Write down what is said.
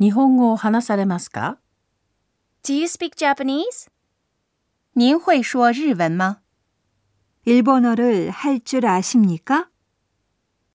日本語を話されますか Do you speak Japanese? 您会说日文吗？ 일본어를 할 줄 아십니까?